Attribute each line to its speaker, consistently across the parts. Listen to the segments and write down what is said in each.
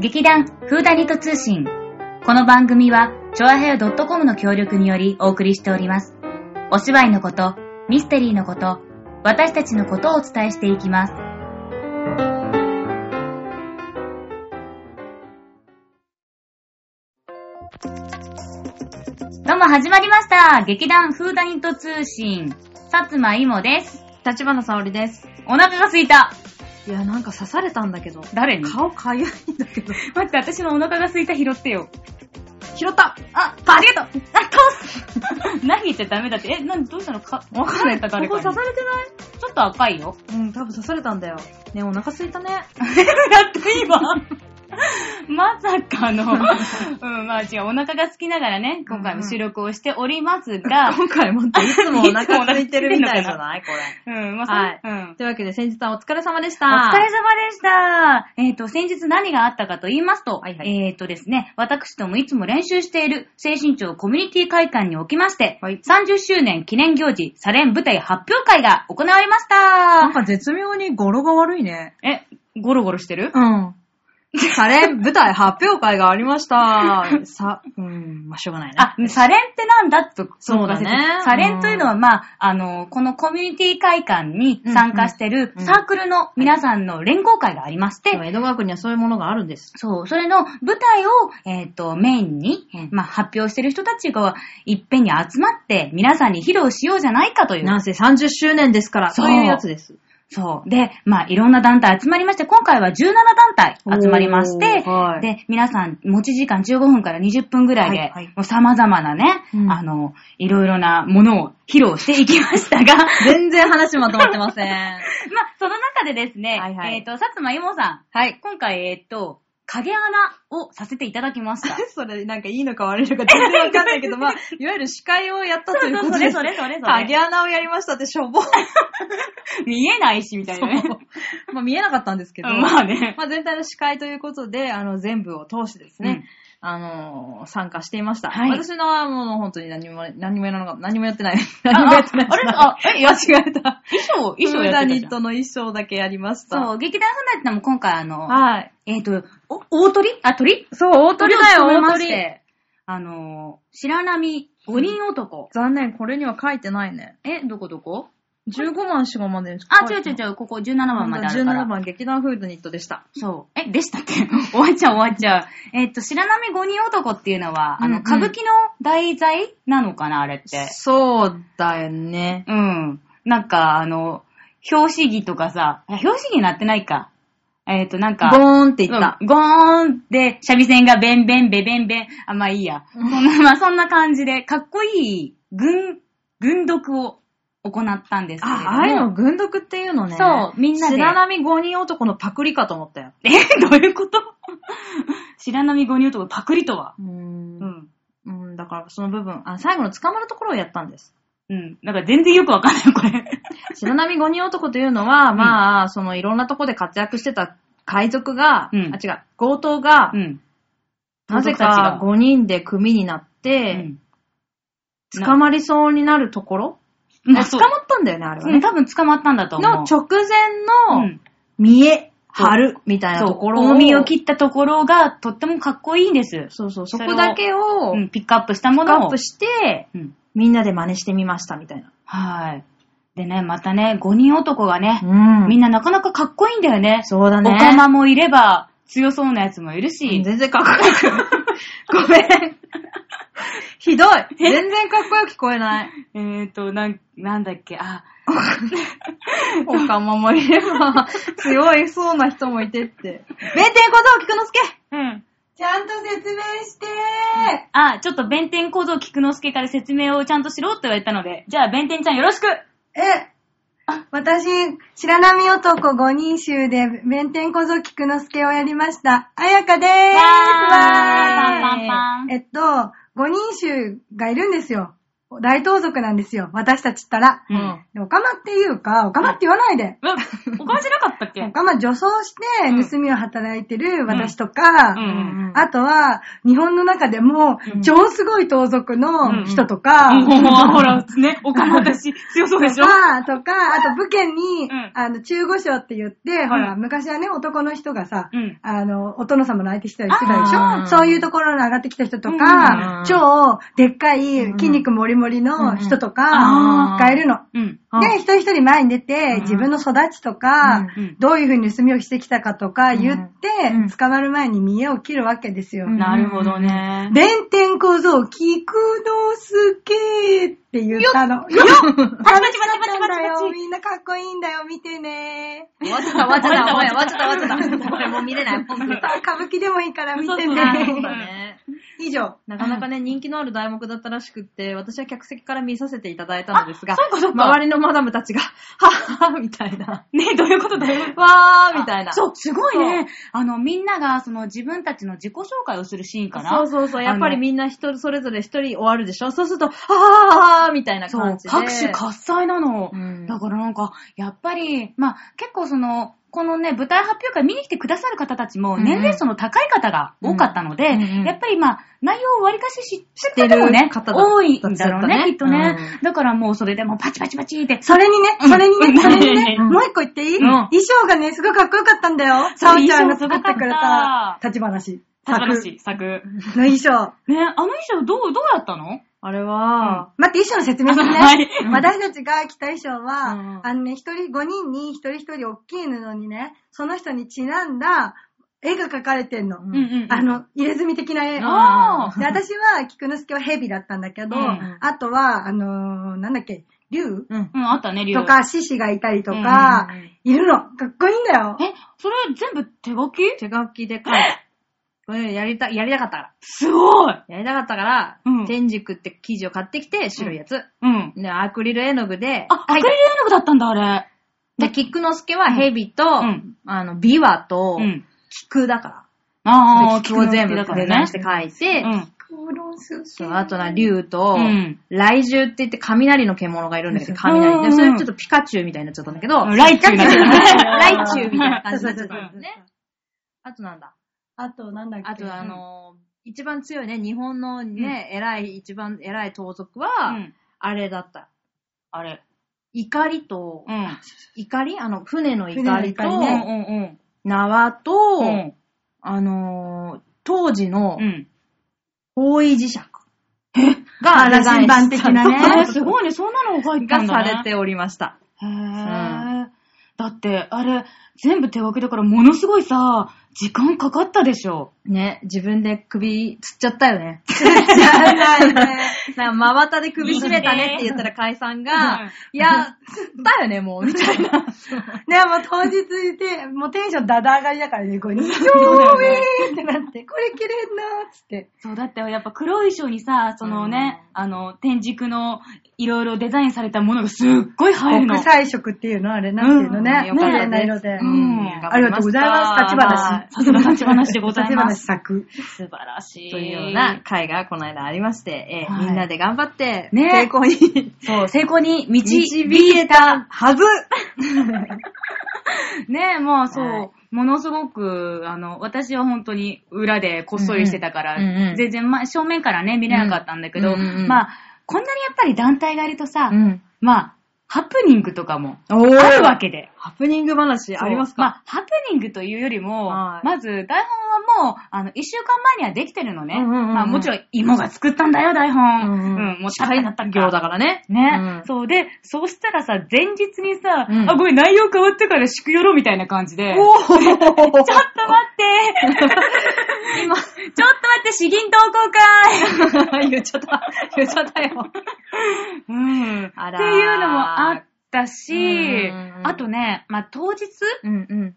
Speaker 1: 劇団フーダニット通信。この番組は、ちょあへよ .com の協力によりお送りしております。お芝居のこと、ミステリーのこと、私たちのことをお伝えしていきます。どうも始まりました。劇団フーダニット通信。さつまいもです。
Speaker 2: 立花沙織です。
Speaker 1: お腹が空いた。
Speaker 2: いや、なんか刺されたんだけど。
Speaker 1: 誰に
Speaker 2: 顔かゆいんだけど。
Speaker 1: 待って、私のお腹が空いた拾ってよ。
Speaker 2: 拾った
Speaker 1: あ、ありがとうあ、倒す 何言っちゃダメだって。え、なんどうしたのか、わかれた誰か
Speaker 2: こ
Speaker 1: に
Speaker 2: こ刺されてない
Speaker 1: ちょっと赤いよ。
Speaker 2: うん、多分刺されたんだよ。ねお腹すいたね。
Speaker 1: だって今、 まさか の、うん、まあ違う、お腹が空きながらね、今回も収録をしておりますが、
Speaker 2: 今回もっていつもお腹空いてるみたいじゃないこ
Speaker 1: うん、まあ、
Speaker 2: はい
Speaker 1: そううん
Speaker 2: れ。。というわけで、先日はお疲れ様でし
Speaker 1: お
Speaker 2: た。
Speaker 1: 疲れ様でした。えっ、と、先日何があったかと言いますと、
Speaker 2: はいはい
Speaker 1: えっ、とですね、私どもいつも練習している精神庁コミュニティ会館におきまして、
Speaker 2: はい
Speaker 1: 30周年記念行事、サレン舞台発表会が行われまし
Speaker 2: なん
Speaker 1: た。
Speaker 2: か絶妙に語呂が悪いね。
Speaker 1: え、ゴロゴロしてる
Speaker 2: うん。サレン舞台発表会がありま した。さ、うん、まあ、しょうがないね。
Speaker 1: あ、サレンってなんだと、
Speaker 2: そうだ
Speaker 1: ご
Speaker 2: ね
Speaker 1: 説明サレンというのは、まあ、あの、このコミュニティ会館に参加してる
Speaker 2: うんうん
Speaker 1: サークルの皆さんの連合会がありまして、
Speaker 2: でも江戸川区にはそういうものがあるんです。
Speaker 1: そう、それの舞台を、えっ、と、メインに、まあ、発表してる人たちが、いっぺんに集まって、皆さんに披露しようじゃないかという。
Speaker 2: なんせ30周年ですから、
Speaker 1: そう
Speaker 2: そういうやつです。
Speaker 1: そう。で、まあ、いろんな団体集まりまして、今回は17団体集まりまして、
Speaker 2: おーはい
Speaker 1: で、皆さん、持ち時間15分から20分ぐらいで、
Speaker 2: はいはい
Speaker 1: もう様々なね、
Speaker 2: うん
Speaker 1: あの、いろいろなものを披露していきました が、まあ、
Speaker 2: 全然話まとまってません。
Speaker 1: その中でですね、
Speaker 2: はいはい
Speaker 1: えっ、と、さつまいもさん、
Speaker 2: はい。
Speaker 1: 今回、えっ、と、影穴をさせていただきま した。
Speaker 2: それ、なんかいいのか悪いのか全然わかんないけ ど、まあ、いわゆる司会をやったというこ
Speaker 1: そ
Speaker 2: とで。
Speaker 1: うそうそれそれそれそれ
Speaker 2: 影穴をやりましたって しょぼ。
Speaker 1: 見えないし、みたいなね。
Speaker 2: まあ見えなかったんですけど。
Speaker 1: まあね。
Speaker 2: まあ全体の司会ということで、あの、全部を通してですね、あのー参加していました。
Speaker 1: はい
Speaker 2: 私のはもう本当に何も、何もやらなかった。何もやってない。
Speaker 1: あ
Speaker 2: 何もやってない。
Speaker 1: あれあ、え、
Speaker 2: 間違えた。
Speaker 1: 衣装、衣装やっ
Speaker 2: フーダ
Speaker 1: て
Speaker 2: ニ
Speaker 1: たじ
Speaker 2: ッ
Speaker 1: ゃん。
Speaker 2: トの衣装だけやりました。
Speaker 1: そう、劇団フナットも今回あの、
Speaker 2: はい。
Speaker 1: えっ、と、お大鳥あ、鳥
Speaker 2: そう、大鳥だよ、
Speaker 1: を務め
Speaker 2: 大
Speaker 1: まし
Speaker 2: 鳥。
Speaker 1: てあのー、白波五人男。
Speaker 2: 残念、これには書いてないね。
Speaker 1: え、どこどこ
Speaker 2: 15番しかまでにしか
Speaker 1: あ、
Speaker 2: 書
Speaker 1: 違う
Speaker 2: いて
Speaker 1: 違
Speaker 2: な
Speaker 1: う
Speaker 2: い
Speaker 1: 違う、ここ17番まであるから。
Speaker 2: 17番劇団フードニットでした。
Speaker 1: そう。え、でしたっけ終わっちゃう終わっちゃう。えっ、と、白波五人男っていうのは、あ
Speaker 2: うんう
Speaker 1: の、
Speaker 2: ん
Speaker 1: 歌舞伎の題材なのかな、あれって。
Speaker 2: そうだよね。
Speaker 1: うん。なんか、あの、表紙着とかさ、あ表紙着になってないか。えっ、と、なん
Speaker 2: ゴ
Speaker 1: か、
Speaker 2: ーンって言った。
Speaker 1: うんゴーンって、三味線がベンベンベベンベン。あ、まあいいや。そんな、ま あそんな感じで、かっこいい軍、軍読を行ったんですけれども。
Speaker 2: あ、ああいうの軍読っていうのね。
Speaker 1: そうみんなで
Speaker 2: 白波五人男のパクリかと思ったよ。
Speaker 1: え、どういうこと 白波五人とパクリとは。
Speaker 2: うーん
Speaker 1: う。ん。
Speaker 2: うん、だからその部分、あ、最後の捕まるところをやったんです。
Speaker 1: うん。なんか全然よくわかんない、これ。
Speaker 2: 白波五人男というのは、
Speaker 1: ん
Speaker 2: まあ、そのいろんなとこで活躍してた海賊が、
Speaker 1: うん
Speaker 2: あ、 違う、強盗が、
Speaker 1: うん。
Speaker 2: なぜ
Speaker 1: 盗賊たちが
Speaker 2: か5人で組になって、
Speaker 1: うん
Speaker 2: 捕まりそうになるところ、
Speaker 1: うん。まあ、
Speaker 2: あ
Speaker 1: そ
Speaker 2: 捕
Speaker 1: う。
Speaker 2: まったんだよね、あれは
Speaker 1: うん
Speaker 2: ね。
Speaker 1: 多分捕まったんだと思う。
Speaker 2: の直前
Speaker 1: う
Speaker 2: の、
Speaker 1: ん
Speaker 2: 見え、張る、みたいなところ
Speaker 1: そう、
Speaker 2: を。
Speaker 1: 重みを切ったところがとってもかっこいいんです。
Speaker 2: そうそう、
Speaker 1: そ
Speaker 2: そ
Speaker 1: れを
Speaker 2: こだけを
Speaker 1: う、ん、ピックアップしたも
Speaker 2: カ
Speaker 1: の
Speaker 2: ッ
Speaker 1: を
Speaker 2: プ。して、
Speaker 1: うん、
Speaker 2: みんなで真似してみました、みたいな。
Speaker 1: はい。でね、またね、5人男がね、
Speaker 2: う
Speaker 1: みん
Speaker 2: な、
Speaker 1: ななかなかかっこいいんだよね。
Speaker 2: そうだね。
Speaker 1: おかまもいれば、強そうなやつもいるし。
Speaker 2: 全然かっこよ く。ごめん。ひどい。全然かっこよく聞こえない。
Speaker 1: えーと、なん、なんだっけ、あ、
Speaker 2: おかまもいれ ば、強いそうな人もいてって。弁天小僧菊之助
Speaker 1: うん。
Speaker 2: ちゃんと説明して
Speaker 1: あ、ちょっと弁天小僧菊之助から説明をちゃんとしろって言われたので、じゃあ弁天ちゃんよろしく
Speaker 3: え、私、白波男5人衆で、弁天小僧菊之助をやりました。あやかでーす
Speaker 1: わーい
Speaker 3: わ
Speaker 1: パンパンパン
Speaker 3: ーいえっと、5人衆がいるんですよ。
Speaker 4: 大盗賊なんですよ。私たちったら。
Speaker 2: うん
Speaker 5: うん。
Speaker 4: でおかまっていうか、おかまって言わないで。
Speaker 5: うんおかじなかったっけ
Speaker 4: おかま女装して盗みを働いてる私とか、
Speaker 5: うんうん
Speaker 4: あとは、日本の中でも
Speaker 5: うん、
Speaker 4: 超すごい盗賊の人 とか、
Speaker 5: うんほら、ほら、ね、おかまだ し、強そうでし
Speaker 4: と
Speaker 5: ょ
Speaker 4: か、とか、あと武家に、
Speaker 5: うん
Speaker 4: あの、中五章って言って、ほら、
Speaker 5: うん
Speaker 4: 昔はね、男の人がさ、
Speaker 5: うん
Speaker 4: あの、お殿様の相手したりしてたでし
Speaker 5: あ
Speaker 4: ょ
Speaker 5: ー
Speaker 4: そういうところに上がってきた人と
Speaker 5: うん
Speaker 4: か、超でっかい
Speaker 5: うん
Speaker 4: 筋肉もりもりの人と
Speaker 5: あ
Speaker 4: か
Speaker 5: ー、
Speaker 4: がいるの。
Speaker 5: うん。
Speaker 4: で、一人一人前に
Speaker 5: う
Speaker 4: 出
Speaker 5: ん
Speaker 4: て、自分の育ちとか
Speaker 5: うんうん、
Speaker 4: どういうふうに盗みをしてきたかとか言
Speaker 5: うん
Speaker 4: って、捕まる前に見栄を切るわけですよ。
Speaker 5: なるほどね。
Speaker 4: 弁天小僧、菊之助って言ったの。よっ楽しかったんだよ。みんなかっこいいんだよ。見てね。
Speaker 2: わちゃだ、わちゃだ、わちゃだ、わちゃだ、わちゃだ。これもう見れない、もう見れない。
Speaker 4: 歌舞伎でもいいから見て
Speaker 5: そうそう
Speaker 4: ね。
Speaker 5: そう
Speaker 2: ね
Speaker 4: 以上。
Speaker 2: なかなかね、人気のある題目だったらしくって、私は客席から見させていただいたのですが、
Speaker 5: そうかそうか
Speaker 2: 周りのマダムたちが、 はっはっみた いな、
Speaker 5: ね、どういうことだよ。
Speaker 2: わーみたいな。
Speaker 1: そう、すごいね。あの、みんなが、その、自分たちの自己紹介をするシーンかな。
Speaker 2: そうそうそう。やっぱりみんな人それぞれ一人終わるでしょそうすると、はぁーみたいな
Speaker 1: そ
Speaker 2: 感
Speaker 1: う
Speaker 2: じ、で。
Speaker 1: 拍手喝采なの。
Speaker 2: うん
Speaker 1: だからなんか、やっぱり、まあ、結構その、このね、舞台発表会見に来てくださる方たちも、
Speaker 2: うんうん
Speaker 1: 年齢層の高い方が多かったので、
Speaker 2: うんうん
Speaker 1: やっぱりまあ、内容をわりかし知って
Speaker 2: 知
Speaker 1: る
Speaker 2: って
Speaker 1: 方
Speaker 2: る
Speaker 1: もね、
Speaker 2: 方だ
Speaker 1: 多いんだろう
Speaker 2: だった
Speaker 1: ね、
Speaker 2: ね
Speaker 1: きっとね。
Speaker 2: う
Speaker 1: だからもうそれでもうパチパチパチって、
Speaker 4: それにね、それに
Speaker 5: うん
Speaker 4: ね、それにね、
Speaker 5: うん
Speaker 4: もう一個言っていい、
Speaker 5: ん
Speaker 4: 衣装がね、すごいかっこよかったんだよ。
Speaker 5: そう
Speaker 4: サオちゃんが
Speaker 5: 衣装
Speaker 4: 作ってくれ
Speaker 5: すごか
Speaker 4: た
Speaker 5: っ、
Speaker 4: 立花氏。
Speaker 5: 素晴らしい、作。
Speaker 4: 作の衣装。
Speaker 1: ね、あの衣装どう、どうやったの
Speaker 2: あれは、
Speaker 4: 待って、衣装の説明する ね。
Speaker 5: はい
Speaker 4: 私たちが着た衣装は、
Speaker 2: うん
Speaker 4: あのね、一人、5人に一人一人大きい布にね、その人にちなんだ絵が描かれてん
Speaker 2: う
Speaker 4: の。
Speaker 2: ん
Speaker 5: うんうん。
Speaker 4: あの、入れ墨的な絵。
Speaker 5: あー
Speaker 4: で、私は、菊之助は蛇だったんだけど、
Speaker 5: うん
Speaker 4: あとは、あのーなんだっけ、竜
Speaker 2: うん。
Speaker 1: うん、あったね、リュウ
Speaker 4: と。か、獅子がいたりとか、
Speaker 5: うんうんうん
Speaker 4: いるの。かっこいいんだよ。
Speaker 1: え、それ全部手書き
Speaker 2: 手書きで書いた。これやりた、やりたかったか
Speaker 5: すごい
Speaker 2: ら。やりたかったから、
Speaker 1: うん
Speaker 2: 天竺って生地を買ってきて、白いやつ。
Speaker 5: うん。
Speaker 2: で、アクリル絵の具で、
Speaker 1: あ、アクリル絵の具だったんだ、あれ。
Speaker 2: で、菊之助は蛇と、
Speaker 5: ん
Speaker 2: あの、琵琶と、
Speaker 1: うん。
Speaker 2: 菊だから。
Speaker 1: ああ、
Speaker 2: 菊を全部
Speaker 1: だから
Speaker 2: デザイ
Speaker 1: ね
Speaker 2: ンし。て書いて、
Speaker 5: うん。
Speaker 2: そう、あとな、竜と、
Speaker 1: うん
Speaker 2: 雷獣って言って雷の獣がいるんだけ
Speaker 1: う
Speaker 2: ど、
Speaker 1: ん
Speaker 2: 雷
Speaker 1: うんう
Speaker 2: で。
Speaker 1: ん
Speaker 2: それちょっとピカチュウみたいになっちゃったんだけど、
Speaker 1: うんライチュウになっちゃったね
Speaker 2: 雷中みたいな感じ
Speaker 4: そ
Speaker 2: にな
Speaker 4: う
Speaker 2: っちゃっ
Speaker 4: そうそ
Speaker 2: た
Speaker 4: う
Speaker 2: もんね。あとなんだ。
Speaker 4: あと、なんだっけ。
Speaker 2: あとあのー、一番強いね、日本のね、偉い、一番偉い盗賊は、
Speaker 5: うん
Speaker 2: あれだった。
Speaker 5: あれ。
Speaker 2: 怒りと、
Speaker 5: うん。
Speaker 2: 怒りあの、船の怒りと、
Speaker 4: 船の
Speaker 5: う
Speaker 4: 怒り
Speaker 5: ん
Speaker 4: ね
Speaker 5: うん
Speaker 2: 縄と、
Speaker 5: うん。
Speaker 2: あのー、当時の
Speaker 5: う、ん。
Speaker 2: 方位磁石。
Speaker 4: あ
Speaker 2: が、
Speaker 4: 羅
Speaker 2: デザイ
Speaker 4: 針
Speaker 2: ン
Speaker 4: 盤的 なね
Speaker 5: えー、すごいね。そんなのが入った
Speaker 2: が
Speaker 5: ん
Speaker 2: さ
Speaker 5: だね。
Speaker 2: れておりました。
Speaker 5: へー。だって、あれ、全部手分けだから、ものすごいさ、時間かかったでしょ。
Speaker 2: ね、自分で首つっちゃったよね。
Speaker 4: ないね。
Speaker 2: なんか、まばたで首絞めたねって言ったら解散
Speaker 5: うん
Speaker 2: が、いや、つったよね、もう、みたいな。
Speaker 4: ね、もう当日いて、もうテンションダダ上がりだからね、これ、に。超えーってなって、これ綺麗なーっつって。
Speaker 1: そう、だってやっぱ黒い衣装にさ、そのね、あの、天竺のいろいろデザインされたものがすっごい入るの。
Speaker 4: 国際色っていうのあれ、なんていうのね。
Speaker 2: うん
Speaker 4: 綺麗な色で。
Speaker 2: うん
Speaker 4: ありがとうございます立花氏
Speaker 2: は
Speaker 1: さすが立ち話でござい
Speaker 4: 立
Speaker 1: ま
Speaker 4: 花
Speaker 1: す。
Speaker 4: 作。
Speaker 1: 素晴らしい。
Speaker 2: いというような会がこの間ありまして、えー
Speaker 1: はい
Speaker 2: みんなで頑張って、
Speaker 1: ね
Speaker 2: 成功に
Speaker 1: そう、成功に導
Speaker 2: 導えたはず
Speaker 1: ねえ、まあそう、
Speaker 2: はい
Speaker 1: ものすごく、あの、私は本当に裏でこっそりしてたから、
Speaker 2: うんうんうんうん
Speaker 1: 全然、まあ、正面からね、見れなかったんだけど、
Speaker 2: うんうんうん
Speaker 1: まあ、こんなにやっぱり団体がいるとさ、
Speaker 2: ん。
Speaker 1: まあ、ハプニングとかも
Speaker 2: お
Speaker 1: あるわけで。
Speaker 2: ハプニング話あります
Speaker 1: ま
Speaker 2: か
Speaker 1: あ、ハプニングというよりも、
Speaker 2: はい
Speaker 1: まず台本はもう、あの、一週間前にはできてるのね。
Speaker 2: うんうんうんうん
Speaker 1: まあ、もちろん、芋が作ったんだよ、台本。
Speaker 2: うんうん
Speaker 1: もう社会になった
Speaker 2: 業だからね。
Speaker 1: ね、
Speaker 2: うん
Speaker 1: そうで、そうしたらさ、前日にさ、
Speaker 2: うん
Speaker 1: あ、ごめん、内容変わったから祝よろみたいな感じで、ちょっ
Speaker 2: おー
Speaker 1: と待って 今、ちょっと待って、詩吟同好会
Speaker 2: 言っちゃった。言っちゃったよ。
Speaker 1: うん。
Speaker 2: あら
Speaker 1: っ
Speaker 2: ー
Speaker 1: ていうのもあったし、
Speaker 2: うん
Speaker 1: あとね、まあ、当日、
Speaker 2: うんうん。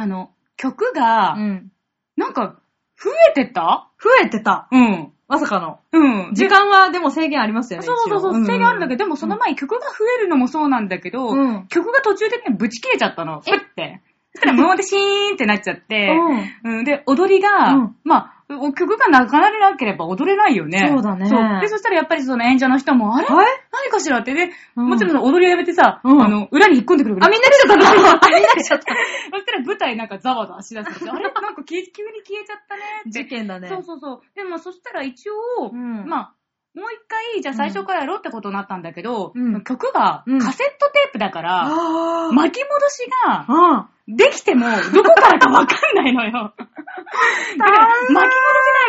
Speaker 1: あの、曲が、
Speaker 2: うん。
Speaker 1: なんか、増えてた
Speaker 2: 増えてた。
Speaker 1: うん。
Speaker 2: まさかの。
Speaker 1: うん。
Speaker 2: 時間はでも制限ありますよね。
Speaker 1: そうそうそう、制限あるんだけど、でもその
Speaker 2: 前
Speaker 1: 前に曲が増えるのもそうなんだけど、
Speaker 2: うん
Speaker 1: 曲が途中でね、ぶち切れちゃったの。ふって。そしたら無音でシーンってなっちゃって、うん、で、踊りが、
Speaker 2: うん
Speaker 1: まあ、お曲が流れなければ踊れないよね。
Speaker 2: そうだね
Speaker 1: そうで、そしたらやっぱりその演者の人も、あれ
Speaker 2: あれ
Speaker 1: 何かしらってで、
Speaker 2: うん
Speaker 1: もちろん踊りをやめてさ、
Speaker 2: うん
Speaker 1: あの、裏に引っ込んでくる。
Speaker 2: あ、みんな来ちゃったあ、みんな来ちゃった。
Speaker 1: そしたら舞台なんかざわざわしだしてて、あれなんか急に消えちゃったねって。
Speaker 2: 事件だね。
Speaker 1: そうそうそう。でもそしたら一応、
Speaker 2: うん
Speaker 1: まあ、もう一回、じゃあ最初からやろうってことになったんだけど、
Speaker 2: うん
Speaker 1: 曲が
Speaker 2: うん
Speaker 1: カセットテープだから、
Speaker 2: あ
Speaker 1: 巻き戻しが
Speaker 2: あ。うん。
Speaker 1: できても、どこからかわかんないの よ。だから、巻き戻せな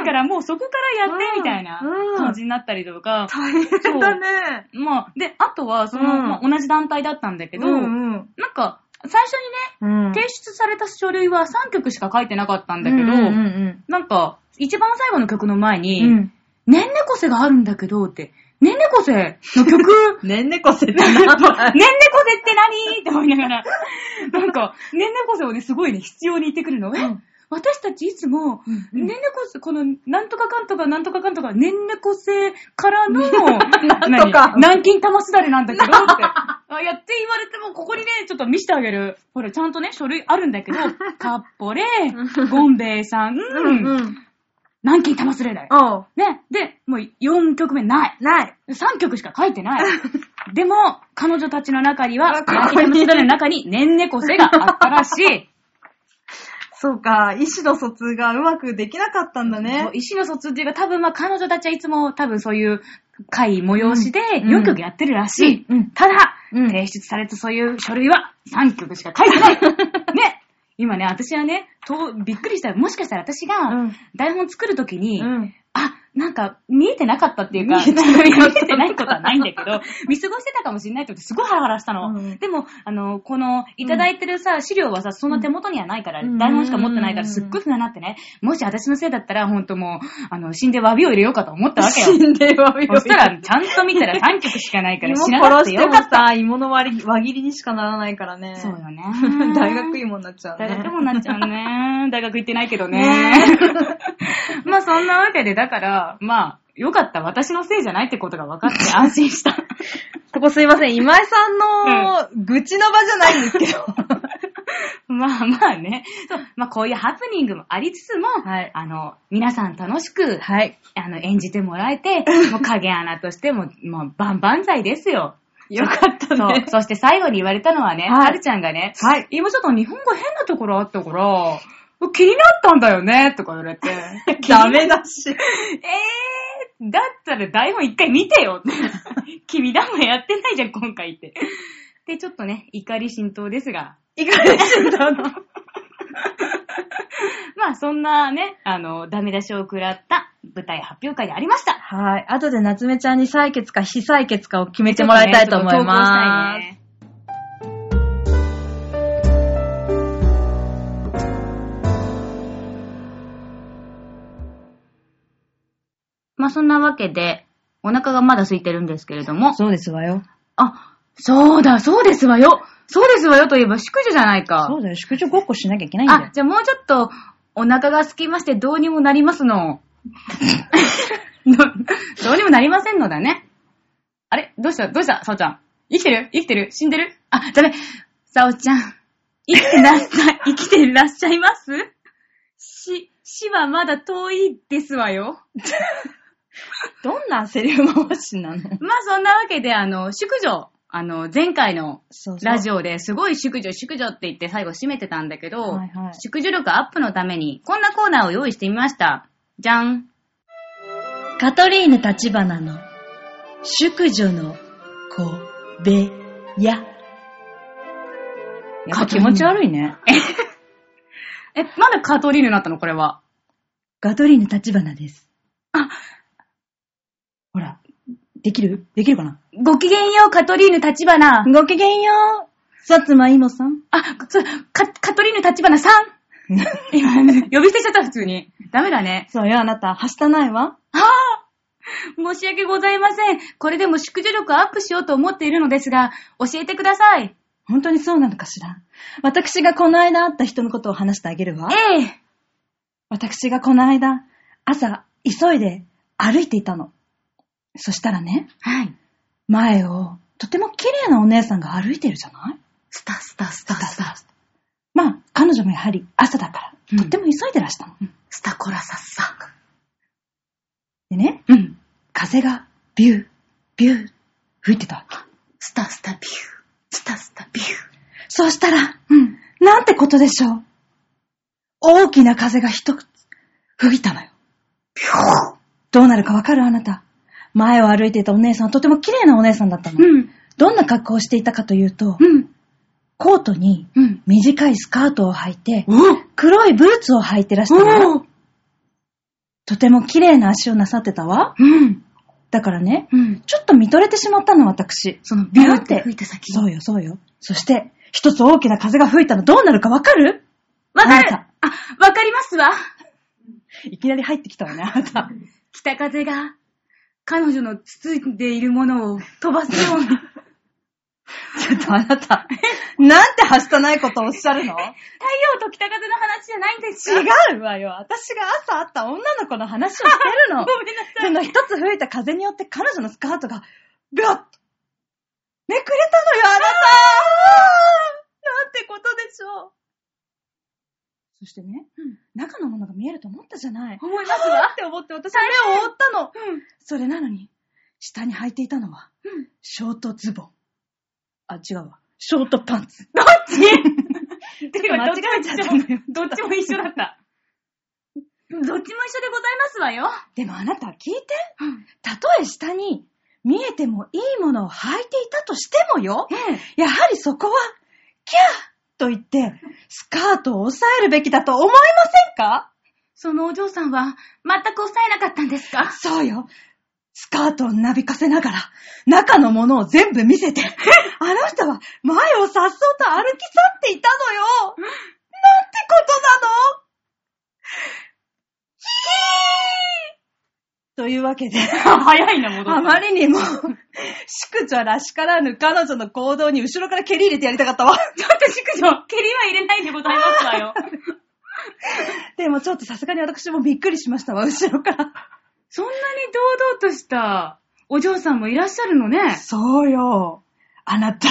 Speaker 1: いから、もうそこからやって、みたいな
Speaker 2: うん
Speaker 1: 感じになったりとか。
Speaker 2: 大変だね。
Speaker 1: まあ、で、あとは、その、
Speaker 2: うん
Speaker 1: まあ同じ団体だったんだけど、
Speaker 2: うん
Speaker 1: なんか、最初にね、
Speaker 2: うん。うん。
Speaker 1: 提出された書類は3曲しか書いてなかったんだけど、
Speaker 2: うんうんうん
Speaker 1: なんか、一番最後の曲の前に、
Speaker 2: うん。
Speaker 1: ねんねこせがあるんだけどって、ねんねこせの 曲、
Speaker 2: ねんねこせってなんだ
Speaker 1: ねんねこせって何って思いながら、なんか、ねんねこせをね、すごいね、必要に言ってくるの。え私たちいつも、ねんねこせ、この、なんとかかんとか、なんとかかんとか、ねんねこせから の、なん
Speaker 2: とか
Speaker 1: 南京玉すだれなんだけどって。あやって言われても、ここにね、ちょっと見せてあげる。ほら、ちゃんとね、書類あるんだけ ど、カッポレ、ゴンベイさん、
Speaker 2: うんうん。
Speaker 1: 南京玉すれだよ。
Speaker 2: おう。
Speaker 1: ね、で、もう4曲目ない。
Speaker 2: ない。
Speaker 1: 3曲しか書いてない。 でも、彼女たちの中には、
Speaker 2: わかる
Speaker 1: 泣きのの中に、ねんねこせがあったらしい。
Speaker 2: そうか、意思の疎通がうまくできなかったんだ
Speaker 1: そう
Speaker 2: ね。
Speaker 1: 意思の疎通っていうか、多分まあ彼女たちはいつも多分そういう会催しで
Speaker 2: うん
Speaker 1: 4曲やってるらしい。
Speaker 2: うんうん
Speaker 1: ただ、
Speaker 2: うん
Speaker 1: 提出されたそういう書類は3曲しか書いて ない。ね。今ね、私はね、とびっくりした。もしかしたら私
Speaker 2: う
Speaker 1: が
Speaker 2: ん
Speaker 1: 台本作るときに、
Speaker 2: ん。
Speaker 1: あ、なんか、見えてなかったっていうか、見
Speaker 2: 見
Speaker 1: え
Speaker 2: え
Speaker 1: て
Speaker 2: て
Speaker 1: な
Speaker 2: なかった
Speaker 1: いことはないんだけど、 見過ごしてたかもしれないって思ってすごいハラハラしたの。
Speaker 2: うん
Speaker 1: でも、あの、この、いただいてるさ、資料はさ、その手元にはないから、
Speaker 2: うん
Speaker 1: 台本しか持ってないから、すっごい不安になってね、もし私のせいだったら、ほんともう、あの、死んで詫びを入れようかと思ったわけ よ。
Speaker 2: んでは
Speaker 1: そ
Speaker 2: よ
Speaker 1: したら、ちゃんと見たら3曲しかない から、
Speaker 2: 芋
Speaker 1: 死ななく
Speaker 2: 殺
Speaker 1: て
Speaker 2: し
Speaker 1: よ
Speaker 2: て
Speaker 1: か
Speaker 2: も
Speaker 1: った。
Speaker 2: さ、芋の割り輪切りにしかならないからね。。
Speaker 1: そうよね
Speaker 2: 大学芋になっちゃうね。
Speaker 1: 大学もなっちゃうね。 大学行ってないけどね
Speaker 2: ね。
Speaker 1: まあそんなわけで、だから、まあ、よかった。私のせいじゃないってことが分か って安心した。
Speaker 2: ここすいません、今井さんの愚痴の場じゃないんですけど。
Speaker 1: まあまあね。そうまあこういうハプニングもありつつも、
Speaker 2: はい
Speaker 1: あの、皆さん楽しく、
Speaker 2: はい。
Speaker 1: あの、演じてもらえ て、もう影穴としても、もう万々歳ですよ。
Speaker 2: よかったね。
Speaker 1: そう。そして最後に言われたのはね、
Speaker 2: はい
Speaker 1: はるちゃんがね、
Speaker 2: はい。
Speaker 1: 今ちょっと日本語変なところあったから、気になったんだよね、とか言われ て。
Speaker 2: ダメだ し。
Speaker 1: えー、だったら台本一回見てよって。 君だもやってないじゃん、今回って。で、ちょっとね、怒り浸透ですが。
Speaker 2: いかがでしたの
Speaker 1: まあ、そんなね、あの、ダメ出しを食らった舞台発表会でありました。
Speaker 2: はい。後で夏目ちゃんに採血か非採血かを決めてもらいたいと思いま
Speaker 1: ちょっとね。ちょっと投稿したいねまあ、そんなわけで、お腹がまだ空いてるんですけれども
Speaker 2: す。、 そうですわよ。
Speaker 1: あ、そうだ、そうですわよ。そうですわよといえば宿女じゃないか。
Speaker 2: そうだよ。宿女ごっこしなきゃいけないん
Speaker 1: あ
Speaker 2: だよ、。
Speaker 1: じゃあもうちょっと、お腹が空きましてどうにもなりますの。 どどうにもなりませんのだね。あれどうしたどうしたさおちゃん。生きてる生きてる死んでるあ、ダメ。さおちゃん。生きてらっ しゃ、生きてらっしゃいます死、死はまだ遠いですわよ。
Speaker 2: どんなセリフ回しな
Speaker 1: まあ
Speaker 2: の
Speaker 1: そんなわけで、あの、宿女、あの、前回の
Speaker 2: そうそう
Speaker 1: ラジオですごい宿女、宿女って言って最後締めてたんだけど、
Speaker 2: はいはい
Speaker 1: 宿女力アップのためにこんなコーナーを用意してみました。じゃん。
Speaker 2: カトリーヌ立花の宿女の小部屋。
Speaker 1: やっぱ気持ち悪
Speaker 2: いね。
Speaker 1: え、まだカトリーヌになったのこれは。
Speaker 2: カトリーヌ立花です。あほら、できるできるかな
Speaker 1: ごきげんよう、カトリーヌ立花。
Speaker 2: ごきげんよう、さつまいもさん。
Speaker 1: あ、そうカカトリーヌ立花さん。 今、ね、呼び捨てしちゃった、普通に。ダメだね。
Speaker 2: そうよ、あなた、はしたないわ。
Speaker 1: 申し訳ございません。これでも宿女力アップしようと思っているのですが、教えてください。
Speaker 2: 本当にそうなのかしら。私がこの間会った人のことを話してあげるわ。
Speaker 1: ええ。
Speaker 2: 私がこの間、朝、急いで歩いていたの。そしたらね、
Speaker 1: はい。
Speaker 2: 前を、とても綺麗なお姉さんが歩いてるじゃない
Speaker 1: スタスタスタスタ。
Speaker 2: まあ、彼女もやはり朝だから、
Speaker 1: うん
Speaker 2: とっても急いでらしたの。
Speaker 1: スタコラサッサ。
Speaker 4: でね、
Speaker 1: うん。
Speaker 4: 風がビュー、ビュー、吹いてた。
Speaker 6: スタスタビュー。スタスタビュー。
Speaker 4: そうしたら、
Speaker 6: うん。
Speaker 4: なんてことでしょう。大きな風が一つ、吹いたのよ。どうなるかわかるあなた。前を歩いていたお姉さんはとても綺麗なお姉さんだったの。
Speaker 1: うん。
Speaker 4: どんな格好をしていたかというと、
Speaker 1: うん。
Speaker 4: コートに
Speaker 1: うん。
Speaker 4: 短いスカートを履いて、
Speaker 1: おぉ
Speaker 4: 黒いブーツを履いてらしたの。とても綺麗な足をなさってたわ。
Speaker 1: うん。
Speaker 4: だからね、
Speaker 1: うん。
Speaker 4: ちょっと見とれてしまったの、私。
Speaker 1: そのビューって吹いた先
Speaker 4: そうよ、そうよ。そして、一つ大きな風が吹いたらどうなるかわかる
Speaker 1: わか
Speaker 4: あ
Speaker 1: る
Speaker 4: な
Speaker 1: あ、わかりますわ。
Speaker 4: いきなり入ってきたわね、あなた。
Speaker 1: 北風が、彼女のつついているものを飛ばすような。
Speaker 4: ちょっとあなた、なんてはしたないことをおっしゃる の
Speaker 1: 太陽と北風の話じゃないんですよ。
Speaker 4: 違うわよ。私が朝会った女の子の話をしてるの。
Speaker 1: ごめんなさ
Speaker 4: そ
Speaker 1: い。
Speaker 4: の一つ吹いた風によって彼女のスカートが、ビャッと、めくれたのよ、あなたなんてことでしょう。そしてね、
Speaker 1: うん
Speaker 4: 中のものが見えると思ったじゃない。
Speaker 1: 思いますわ
Speaker 4: はぁって思って私は目を覆ったの。
Speaker 1: うん。
Speaker 4: それなのに、下に履いていたのは、
Speaker 1: うん
Speaker 4: ショートズボン。あ、違うわ。ショートパンツ。
Speaker 1: どっ ちてか、
Speaker 4: 間
Speaker 1: どっ
Speaker 4: 違
Speaker 1: ち
Speaker 4: えちゃ
Speaker 1: も
Speaker 4: っ
Speaker 1: 一
Speaker 4: た
Speaker 1: 緒
Speaker 4: のよ。
Speaker 1: どっちも一緒だった。どっちも一緒でございますわよ。
Speaker 4: でもあなた聞いて。
Speaker 1: うん。
Speaker 4: たとえ下に見えてもいいものを履いていたとしてもよ、やはりそこは、キャーと言って、スカートを抑えるべきだと思いませんか
Speaker 1: そのお嬢さんは、全く抑えなかったんですか
Speaker 4: そうよ。スカートをなびかせながら、中のものを全部見せて、あの人は前をさっそうと歩き去っていたのよなんてことなのヒーというわけで。
Speaker 1: 早いな、戻
Speaker 4: あまりにも、しくちゃらしからぬ彼女の行動に後ろから蹴り入れてやりたかったわ。
Speaker 1: ちょっと、しくじょ、蹴りは入れないでございますわよ。
Speaker 4: でもちょっとさすがに私もびっくりしましたわ、後ろから。
Speaker 1: そんなに堂々としたお嬢さんもいらっしゃるのね。
Speaker 4: そうよ。あなた、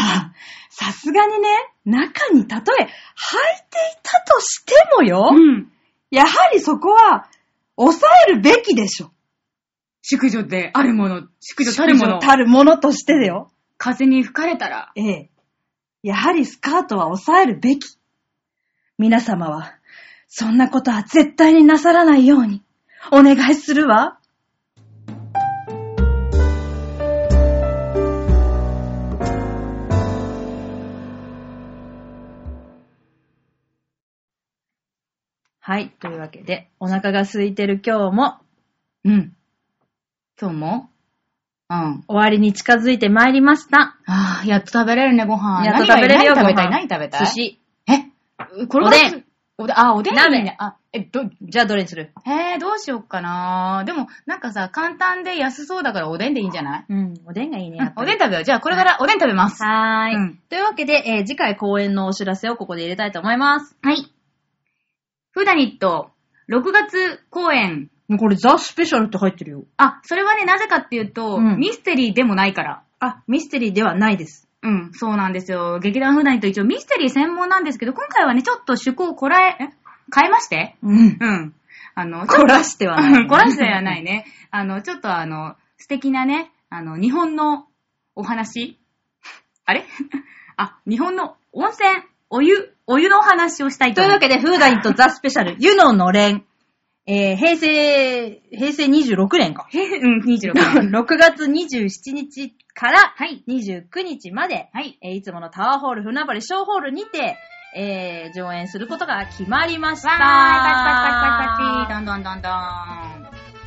Speaker 4: さすがにね、中にたとえ履いていたとしてもよ、
Speaker 1: うん。
Speaker 4: やはりそこは抑えるべきでしょ。
Speaker 1: 宿女であるもの、宿女たるもの。
Speaker 4: たるものとしてだよ。
Speaker 1: 風に吹かれたら、
Speaker 4: ええ。 やはりスカートは抑えるべき。皆様は、そんなことは絶対になさらないように、お願いするわ。はい。というわけで、お腹が空いてる今日も
Speaker 1: うん。今日もうん。
Speaker 4: 終わりに近づいてまいりました。
Speaker 1: ああ、やっと食べれるね、ご飯。
Speaker 4: やっと食べれるよ、
Speaker 1: 何がいい何食べ
Speaker 4: ご
Speaker 1: たい何
Speaker 4: 飯
Speaker 1: 食べたい
Speaker 4: 寿司。
Speaker 1: えこれ
Speaker 4: おでん。
Speaker 1: おでん、あ、おでん
Speaker 4: 鍋
Speaker 1: いいねあ、え、ど、
Speaker 4: じゃあどれにする
Speaker 1: えー、どうしよっかなでも、なんかさ、簡単で安そうだからおでんでいいんじゃない
Speaker 4: うん、おでんがいいね。やっぱ
Speaker 1: お
Speaker 4: り
Speaker 1: でん食べよう。じゃあ、これからおでん食べます。
Speaker 4: はーい、
Speaker 1: うん
Speaker 4: というわけで、えー次回公演のお知らせをここで入れたいと思います。
Speaker 1: はい。フーダニット、6月公演。
Speaker 4: これザ・スペシャルって入ってるよ。
Speaker 1: あ、それはね、なぜかっていうと、
Speaker 4: うん
Speaker 1: ミステリーでもないから。
Speaker 4: あ、ミステリーではないです。
Speaker 1: うん、そうなんですよ。劇団フーダニット一応ミステリー専門なんですけど、今回はね、ちょっと趣向をこらえ、え変えまして
Speaker 4: うん。
Speaker 1: うん。あの、ちょっと
Speaker 4: 凝らしてはな
Speaker 1: う
Speaker 4: い。
Speaker 1: ん凝らしてはないね。あの、ちょっとあの、素敵なね、あの、日本のお話。あれ あ、日本の温泉、お湯、お湯のお話をしたいと
Speaker 4: とい
Speaker 1: 思
Speaker 4: う
Speaker 1: いま
Speaker 4: わ
Speaker 1: す。
Speaker 4: けで、フーダイとザ・スペシャル、湯ののれん、えー平成、平成26年か。
Speaker 1: へ うん、26年。
Speaker 4: 6月27日から
Speaker 1: はい。
Speaker 4: 29日まで、
Speaker 1: はい。
Speaker 4: えーいつものタワーホール、船堀小ホールにて、えー上演することが決まりました。
Speaker 1: わーい、パチパチパチパチパチ、どんどんどんどん。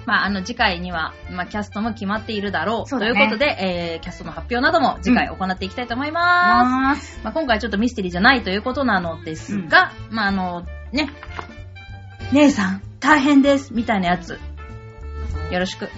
Speaker 4: まあ、あの、次回には、まあ、キャストも決まっているだろう。
Speaker 1: そうだね
Speaker 4: ということで、えー、キャストの発表なども次回行っていきたいと思います。
Speaker 1: まーす。
Speaker 4: まあ、今回ちょっとミステリーじゃないということなのですが、まあ、あの、ね、姉さん、大変です、みたいなやつ、よろしく。